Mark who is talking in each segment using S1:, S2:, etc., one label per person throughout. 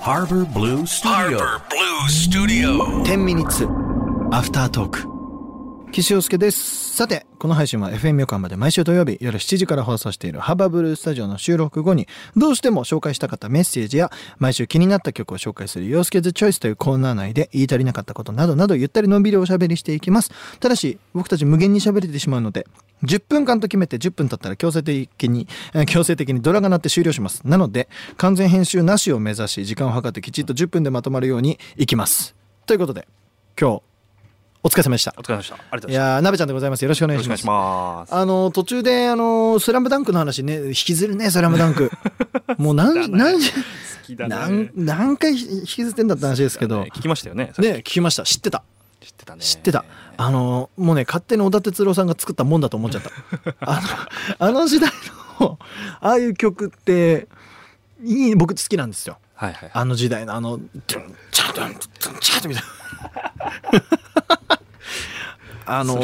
S1: Harbor Blue Studio.
S2: Harbor Blue Studio.
S3: 10ミニッツアフタートーク岸洋介ですさてこの配信は FM 横浜で毎週土曜日夜7時から放送しているハバブルースタジオの収録後にどうしても紹介したかったメッセージや毎週気になった曲を紹介する「洋介ズチョイス」というコーナー内で言い足りなかったことなどなどゆったりのんびりおしゃべりしていきますただし僕たち無限に喋れてしまうので10分間と決めて10分経ったら強制的にえー強制的にドラが鳴って終了しますなので完全編集なしを目指し時間を計ってきちっと10分でまとまるようにいきますということで今日お疲れ様でした
S4: お疲れ様でした。ありがと
S3: い
S4: うございま
S3: やー、なべちゃんでございます。よろしくお願いします。
S4: した。よろしくお願いします。
S3: あの途中であのスラムダンクの話ね引きずるねスラムダン ク。もう何何
S4: 好きだね。
S3: 何何回引きずってんだって話ですけど。
S4: ね
S3: ね
S4: 聞きましたよね。さっき
S3: 聞きました。知ってた。
S4: 知ってたね。
S3: 知ってた。あのもうね勝手に小田哲郎さんが作ったもんだと思っちゃった。 あのあの時代のああいう曲っていい僕好きなんですよ。
S4: はいはい。
S3: あの時代のあのドゥンチャドゥンドゥンチャドゥンみたいな あの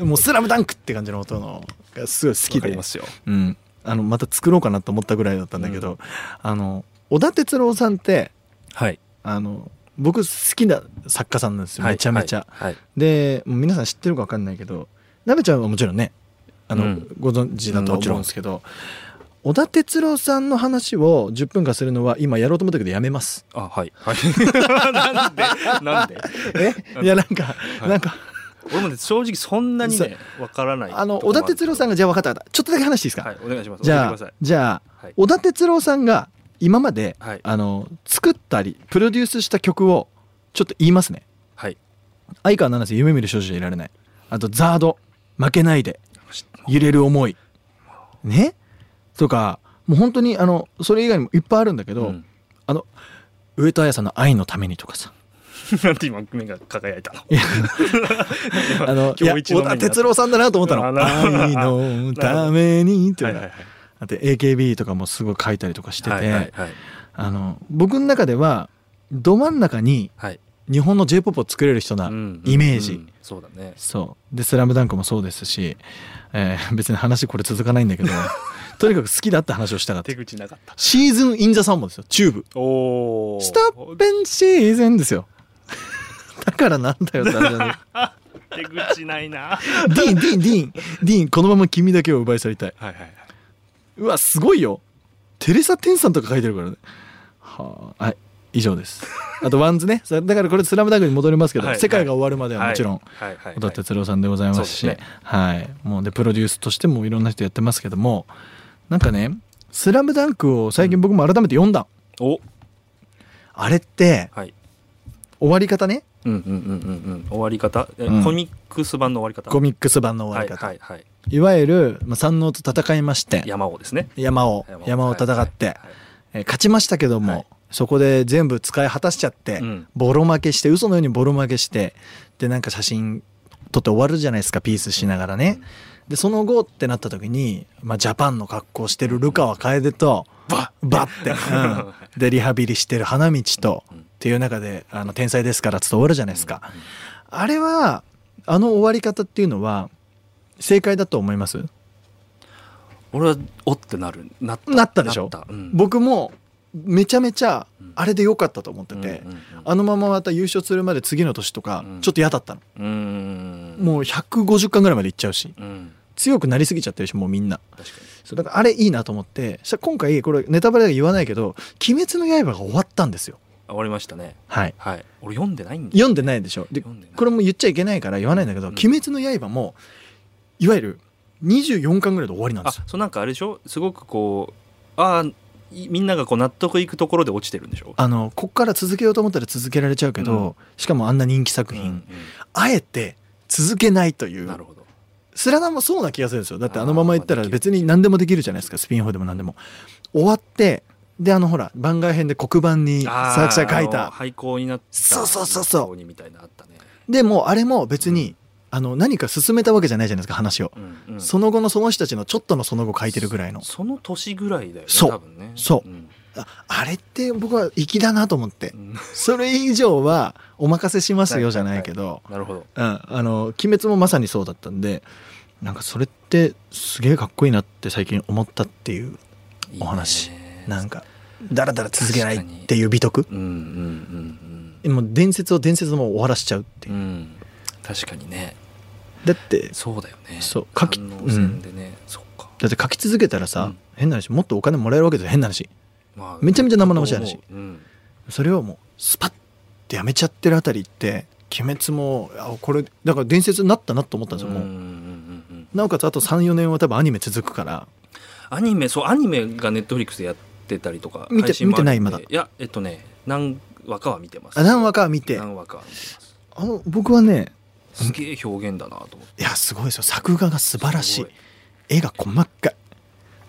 S3: もう「スラムダンクって感じの音のがすごい好き
S4: わかり
S3: で
S4: ますよ。
S3: うん、あのまた作ろうかなと思ったぐらいだったんだけど、あの小田哲郎さんって
S4: はい。
S3: あの僕好きな作家さんなんですよめちゃめちゃ。
S4: はい。はい
S3: でもう皆さん知ってるか分かんないけどなべちゃんはもちろんねあの、
S4: うん
S3: ご存知だとは
S4: もち
S3: 思
S4: ろん
S3: うんですけど、小田哲郎さんの話を10分間するのは今やろうと思ったけどやめます。
S4: あはい。はい。 なんでなんで。
S3: えいやなんか、なんか
S4: 俺もね正直そんなにねわからない。
S3: あの小田哲郎さん
S4: が。
S3: がじゃあ分かった分かったちょっとだけ話していいですか、
S4: はいお願いします。
S3: じゃ
S4: 教えてくだ
S3: あ
S4: さい
S3: じゃあ、
S4: はい
S3: 小田哲郎さんが今まで、
S4: はい
S3: あの作ったりプロデュースした曲をちょっと言いますね
S4: はい。
S3: 相川七瀬夢見る少女じゃいられないあとザード負けないで
S4: 知
S3: 揺れる思いねとかもう本当にあのそれ以外にもいっぱいあるんだけど、
S4: うん
S3: あの上戸彩さんの愛のためにとかさ
S4: なんて今目が輝いたの。
S3: あの、いや、
S4: 今日一の
S3: 小
S4: 目にな
S3: 田
S4: った
S3: 哲郎さんだなと思ったの。
S4: あなるほど
S3: 愛のためにっていうの
S4: はい
S3: が。
S4: はい
S3: あと AKB とかもすごい書いたりとかして
S4: はい。はいはい
S3: て、
S4: はい。
S3: あの、僕の中では、ど真ん中に
S4: はい。
S3: 日本の J-POP を作れる人な
S4: うん
S3: イメー。
S4: う
S3: ジ
S4: ん。そうだね。
S3: そう。で、スラムダンクもそうですし、えー別に話これ続かないん だけど、とにかく好きだって話をしたかった
S4: 手。口なかった。
S3: シーズンインザサンもですよ、チューブ。
S4: おお。
S3: スタッペンシーズンです よ。だからなんだよって話なんだけど
S4: 手口ないな。
S3: ディーン、ディーン、ディーン、ディーン、このまま君だけを奪い去りたい。
S4: はいはいはいう
S3: わ、すごいよ。テレサ・テンさんとか書いてるからね。はあ、はい、以上 です。あと、ワンズね。さだからこれ、スラムダンクに戻りますけど、
S4: はい
S3: 世界が終わるまではもちろん、
S4: はいはいはい
S3: 小田哲郎さんでございますし、
S4: そうですね
S3: はい。もうで、プロデュースとしてもいろんな人やってますけども、なんかね、スラムダンクを最近僕も改めて読んだ。
S4: お
S3: あれって、
S4: はい
S3: 終わり方ね。
S4: うんうんうんうんうん終わり方、え
S3: うん
S4: コミックス版の終わり方
S3: コ
S4: ミ
S3: ミックス版の終わり方。
S4: はいはいはい
S3: いわゆる、まあ、山王と戦いまして、
S4: 山王ですね
S3: 山を、山を戦って、
S4: はいはいはい
S3: えー勝ちましたけども、
S4: はい
S3: そこで全部使い果たしちゃって、
S4: うん
S3: ボロ負けして嘘のようにボロ負けしてでなんか写真撮って終わるじゃないですかピースしながらね、でその後ってなった時に、まあ、ジャパンの格好してるルカワ楓と、バッバッて、 うん、でリハビリしてる花道と、
S4: うん
S3: っていう中であの天才ですからっつって終わるじゃないですか、あれはあの終わり方っていうのは正解だと思います
S4: 俺はおってなるなった
S3: なったでしょ
S4: なったうん
S3: 僕もめちゃめちゃあれで良かったと思ってて、
S4: うんうんうん
S3: あのまままた優勝するまで次の年とか
S4: うん
S3: ちょっと嫌だったの、
S4: うーん
S3: もう150巻ぐらいまでいっちゃうし
S4: うん
S3: 強くなりすぎちゃってるしもうみんな
S4: 確か
S3: そうだからあれいいなと思ってそしたら今回これネタバレだけ言わないけど「鬼滅の刃」が終わったんですよ
S4: に終わりましたね
S3: はい
S4: はい俺読んでないんだ
S3: 読んでないでしょで
S4: 読んでない
S3: これも言っちゃいけないから言わないんだけど「
S4: うん
S3: 鬼滅の刃」もいわゆる24巻ぐらいで終わりなんで
S4: あ
S3: すよ
S4: そうなんかあれでしょすごくこうあーいみんながこう納得いくところで落ちてるんでしょ
S3: あのこっから続けようと思ったら続けられちゃうけど、しかもあんな人気作品、
S4: うん
S3: あえて続けないとい
S4: うん
S3: う
S4: なるほど
S3: スラダンもそうな気がするんですよだってあのまま行ったら別に何でもできるじゃないですかスピンオフでも何でも終わってであのほら番外編で黒板に
S4: あー
S3: 作者書い
S4: あの
S3: た
S4: 廃校になった
S3: そうそうそうそう
S4: 学校にみたいなのあったね
S3: でもあれも別にあの何か進めたわけじゃないじゃないですか話を、
S4: うんうん
S3: その後のその人たちのちょっとのその後書いてるぐらいの
S4: その年ぐらいだよね
S3: そう
S4: 多分ね
S3: そう
S4: うん
S3: ああれって僕は粋だなと思って
S4: うん
S3: それ以上はお任せしますよじゃないけど、
S4: なるほど
S3: うん、あの「鬼滅」もまさにそうだったんでなんかそれ ってすげえかっこいいなって最近思ったっていうお話
S4: いいね
S3: なんかだらだら続けないっていう美徳
S4: うんうんうん
S3: もう伝説を伝説のまま終わらしちゃうって
S4: う
S3: い
S4: ん
S3: う、
S4: うん確かにね
S3: だって
S4: そうだよね
S3: そう書き
S4: 反応線でね、そっか
S3: だって書き続けたらさ、
S4: うん
S3: 変な話もっとお金もらえるわけですよ変な話
S4: まあ
S3: めちゃめちゃ生々しい話
S4: そう思ううん
S3: それをもうスパッてやめちゃってるあたりって鬼滅もあこれだから伝説になったなと思ったんですよ、
S4: うんうんう
S3: もうん
S4: うん
S3: なおかつあと34年は多分アニメ続くから
S4: アニメそうアニメがネットフリックスでやってたりとか
S3: 見て
S4: 配信もあるんで
S3: 見てないまだ
S4: いやえっとね何話かは見てます
S3: あ何話かは見て
S4: 何話かは見てます
S3: あの僕はね
S4: すげえ表現だなと思って
S3: いやすごいですよ作画が素晴らしい
S4: すご
S3: 絵が細かい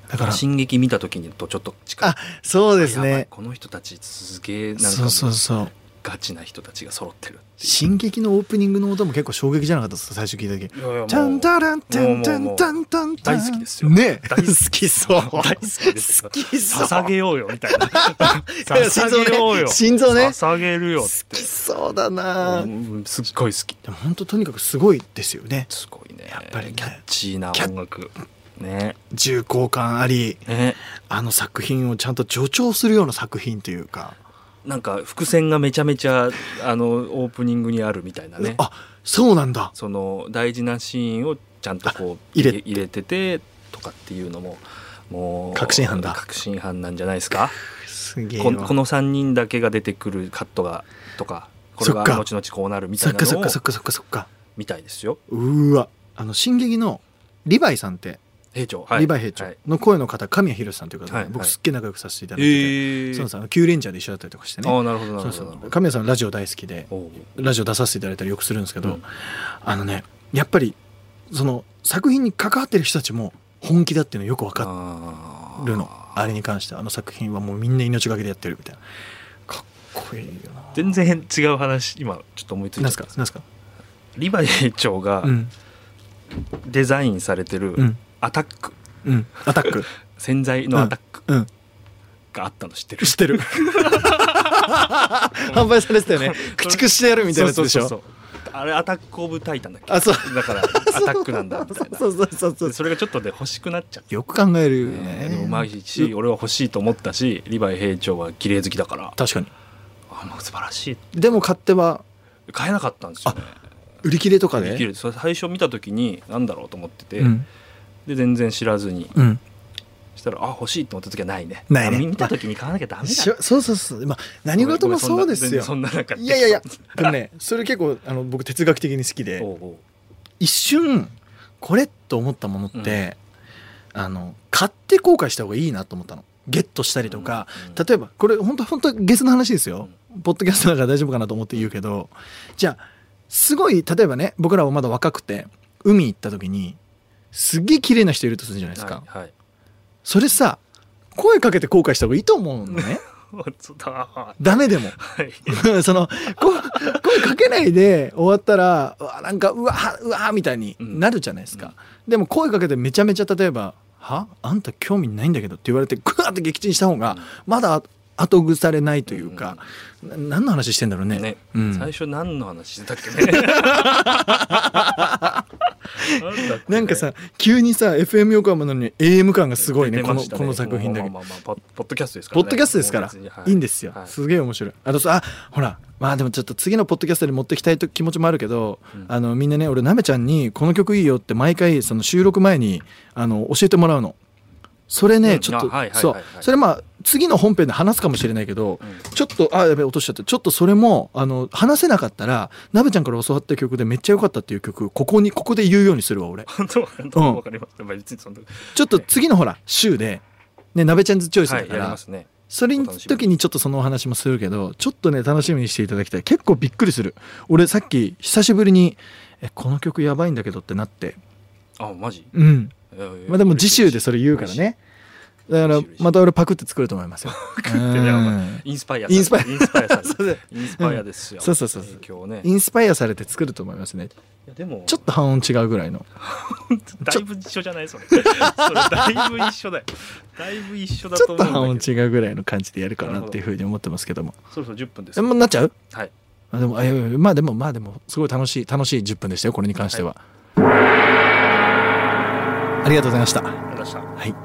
S3: だから
S4: 進撃見た時にとちょっと近い
S3: あそうです
S4: やばい
S3: ね
S4: この人たちすげえなんか
S3: そうそうそう
S4: ガチな人たちが揃ってる
S3: 「進撃」のオープニングの音も結構衝撃じゃなかったですか最初聞いた時
S4: いやいやもう
S3: 「タンタランタンタンタンタンタン」
S4: もうもうもう大好きですよ
S3: ね
S4: 大好き
S3: 好きそう
S4: 大好きです
S3: 好きそう
S4: 捧げようよみたい な
S3: いや心臓
S4: 捧
S3: ね
S4: げようよ
S3: 心臓ね
S4: 捧げるよ
S3: 好
S4: って
S3: きそうだな
S4: う
S3: で
S4: んすっごい好き
S3: も本当とにかくすごいですよね
S4: すごいね
S3: やっぱりね
S4: キャッチーな音楽ね
S3: 重厚感あり
S4: ね
S3: あの作品をちゃんと助長するような作品というか
S4: なんか伏線がめちゃめちゃあのオープニングにあるみたいなね
S3: あそうなんだ
S4: その大事なシーンをちゃんとこう
S3: 入れ
S4: 入れててとかっていうのももう
S3: 確信犯だ
S4: 確信犯なんじゃないですか
S3: すげえ
S4: この
S3: わ
S4: この3人だけが出てくるカットがとかこれ
S3: そ
S4: が
S3: っか
S4: 後々こうなるみた
S3: そ
S4: い
S3: っ
S4: な
S3: かそ
S4: の
S3: っ
S4: を
S3: かそっかそっかそっか
S4: みたいですよ
S3: うーわあの「進撃」のリヴァイさんって
S4: 兵長、はい、
S3: リヴァイ兵長
S4: はい
S3: の声の方神谷宏さんという方で、
S4: はいはい
S3: 僕すっげえ仲良くさせていた
S4: え
S3: だいてて、
S4: ー
S3: そうなんですキューレンジャーで一緒だったりとかしてね
S4: ああなるほどな
S3: そ
S4: る
S3: う
S4: ほ
S3: そ
S4: どなるほ
S3: う
S4: ど
S3: 神谷さんラジオ大好きで
S4: おう
S3: ラジオ出させていただいたりよくするんですけど、
S4: うん
S3: あのねやっぱりその作品に関わってる人たちも本気だっていうのよく分か
S4: あー
S3: るのあれに関してあの作品はもうみんな命がけでやってるみたいなかっこいいよな
S4: 全然違う話今ちょっと思いつい
S3: なん
S4: た
S3: すかなんすか
S4: リヴァイ兵長が
S3: うん
S4: デザインされて
S3: う
S4: る
S3: ん
S4: アタック、
S3: うんアタッ ク
S4: 洗剤のアタック
S3: うん
S4: があったの知ってる、
S3: 知って る販売されてたよね駆逐してやるみたいなやつでしょ
S4: そうそうそうあれアタック・オブ・タイタンだっ け
S3: あそう
S4: だからアタックなんだみたいな
S3: そうそうそうそ
S4: で
S3: う
S4: それがちょっとで欲しくなっちゃって
S3: よく考えるよ
S4: ね
S3: ね
S4: でもうまいし俺は欲しいと思ったしリヴァイ兵長は綺麗好きだから
S3: 確かに
S4: あもう素晴らしい
S3: でも買っては
S4: 買えなかったんですよね
S3: 売り切れとかで
S4: できるそれ最初見た時に何だろうと思ってて、
S3: うん
S4: で全然知らずに
S3: うん
S4: したらあ欲しいと思った時はないね
S3: ないね
S4: あ見見た時に買わなきゃダメだ
S3: しょそうそうそうまあ何事もそうですよ
S4: ごめんごめんそんな全然そんななんか
S3: いやいやいやでもねそれ結構あの僕哲学的に好きで
S4: おうおう
S3: 一瞬これと思ったものって、あの買って後悔した方がいいなと思ったのゲットしたりとか、
S4: うん
S3: 例えばこれ本当本当ゲスの話ですよ、ポッドキャストだから大丈夫かなと思って言うけどじゃあすごい例えばね僕らはまだ若くて海行った時にすっげえ綺麗な人いるとするじゃないですか、
S4: はいはい
S3: それさ声かけて後悔した方がいいと思うの ね
S4: そうだは
S3: ダメでも
S4: い
S3: そのこ声かけないで終わったらうわなんかうわうわみたいになるじゃないですか、でも声かけてめちゃめちゃ例えば「はあんた興味ないんだけど」って言われてグワーって撃沈した方がまだ後腐されないというか、な何の話してんだろうね
S4: ね、
S3: うん、
S4: 最初何の話してたっけ ねなんだっけね
S3: なんかさ急にさ FM 横浜なのに AM 感がすごいね
S4: 出
S3: こ
S4: ま
S3: の
S4: した
S3: この作品だけ
S4: まあまあまあまあポッポッドキャストですから
S3: ポ
S4: ね
S3: ッドキャストですから
S4: もう別にはい
S3: いんですよ
S4: はい
S3: すげえ面白いあとさあほらまあでもちょっと次のポッドキャストに持ってきたいと気持ちもあるけど
S4: うん
S3: あのみんなね俺なめちゃんにこの曲いいよって毎回その収録前にあの教えてもらうのそれ
S4: う
S3: ね
S4: ん
S3: ちょっ
S4: あはいはいはい
S3: と
S4: はい
S3: そうそれまあ次の本編で話すかもしれないけど
S4: うん
S3: ちょっとあやべえ落としちゃったちょっとそれもあの話せなかったらなべちゃんから教わった曲でめっちゃ良かったっていう曲ここにここで言うようにするわ俺
S4: 本当本当わかりました、まあ別にその
S3: ちょっと次のほら週でねなべちゃんズチョイス
S4: は
S3: だ
S4: い
S3: か
S4: やり
S3: ら
S4: ますね
S3: それに時にちょっとそのお話もするけどちょっとね楽しみにしていただきたい結構びっくりする俺さっき久しぶりに「えこの曲やばいんだけど」ってなって
S4: あマジ、
S3: うん
S4: いやいやいや
S3: まあでも次週でそれ言うからねだから
S4: 嬉しい嬉しい
S3: また俺パクって作ると思いますよパクって
S4: 嬉しいいやまあインスパイアされ
S3: インスパイア
S4: インスパイアされ
S3: そうだ
S4: インスパイアですよ、
S3: そうそうそうそう
S4: 影響ね
S3: インスパイアされて作ると思いますね
S4: いやでも
S3: ちょっと半音違うぐらいの
S4: だいぶ一緒じゃないそれそれだいぶ一緒だよだいぶ一緒だ
S3: ち
S4: と
S3: ょっと
S4: 思
S3: 半
S4: う
S3: 音
S4: んだけど
S3: 違うぐらいの感じでやるかなっていうふうに思ってますけども
S4: そろそろ10分です
S3: え
S4: よ
S3: もうなっちゃう
S4: はい
S3: あでもあいやいやいやまあでもまあでもすごい楽しい楽しい10分でしたよこれに関しては、ありがとうございました
S4: ありがとうございました
S3: はい